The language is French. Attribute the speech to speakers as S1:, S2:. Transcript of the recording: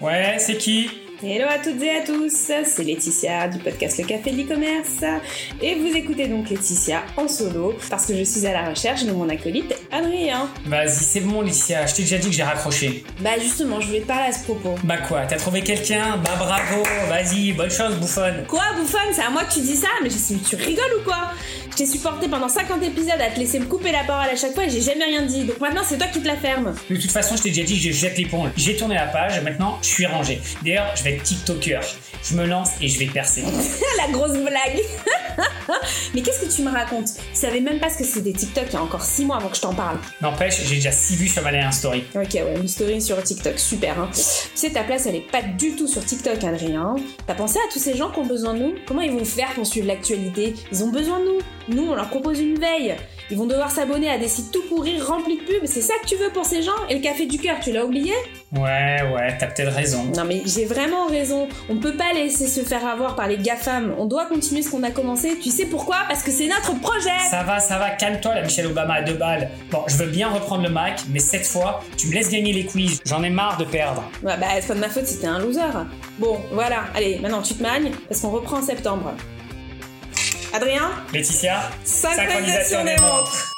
S1: Ouais, c'est qui
S2: Hello à toutes et à tous, c'est Laetitia du podcast Le Café de l'e-commerce et vous écoutez donc Laetitia en solo parce que je suis à la recherche de mon acolyte Adrien.
S1: Vas-y, c'est bon, Laetitia, je t'ai déjà dit que j'ai raccroché.
S2: Bah justement, je voulais te parler à ce propos.
S1: Bah quoi, t'as trouvé quelqu'un Bah bravo, vas-y, bonne chance, bouffonne.
S2: Quoi bouffonne, c'est à moi que tu dis ça Mais je sais, mais tu rigoles ou quoi Je t'ai supporté pendant 50 épisodes à te laisser me couper la parole à chaque fois et j'ai jamais rien dit, donc maintenant c'est toi qui te la fermes.
S1: De toute façon, je t'ai déjà dit que je jette l'éponge. J'ai tourné la page, maintenant je suis rangé. D'ailleurs, je vais être TikToker. Je me lance et je vais percer.
S2: Ah, la grosse blague Mais qu'est-ce que tu me racontes Tu savais même pas ce que c'était TikTok il y a encore 6 mois avant que je t'en parle.
S1: N'empêche, j'ai déjà 6 vues sur ma dernière story.
S2: Ok, ouais, une story sur TikTok, super. Hein. Tu sais, ta place, elle est pas du tout sur TikTok, Adrien. T'as pensé à tous ces gens qui ont besoin de nous Comment ils vont faire pour suivre l'actualité Ils ont besoin de nous. Nous, on leur propose une veille. Ils vont devoir s'abonner à des sites tout pourris remplis de pubs. C'est ça que tu veux pour ces gens Et le café du cœur, tu l'as oublié
S1: Ouais, ouais, t'as peut-être raison.
S2: Non mais j'ai vraiment raison. On peut pas laisser se faire avoir par les GAFAM. On doit continuer ce qu'on a commencé. Tu sais pourquoi Parce que c'est notre projet
S1: Ça va, ça va, calme-toi la Michelle Obama à deux balles. Bon, je veux bien reprendre le Mac, mais cette fois, tu me laisses gagner les quiz. J'en ai marre de perdre.
S2: Ouais, bah, c'est pas de ma faute si t'es un loser. Bon, voilà. Allez, maintenant tu te magnes, parce qu'on reprend en septembre. Adrien
S1: Laetitia
S2: Synchronisation des montres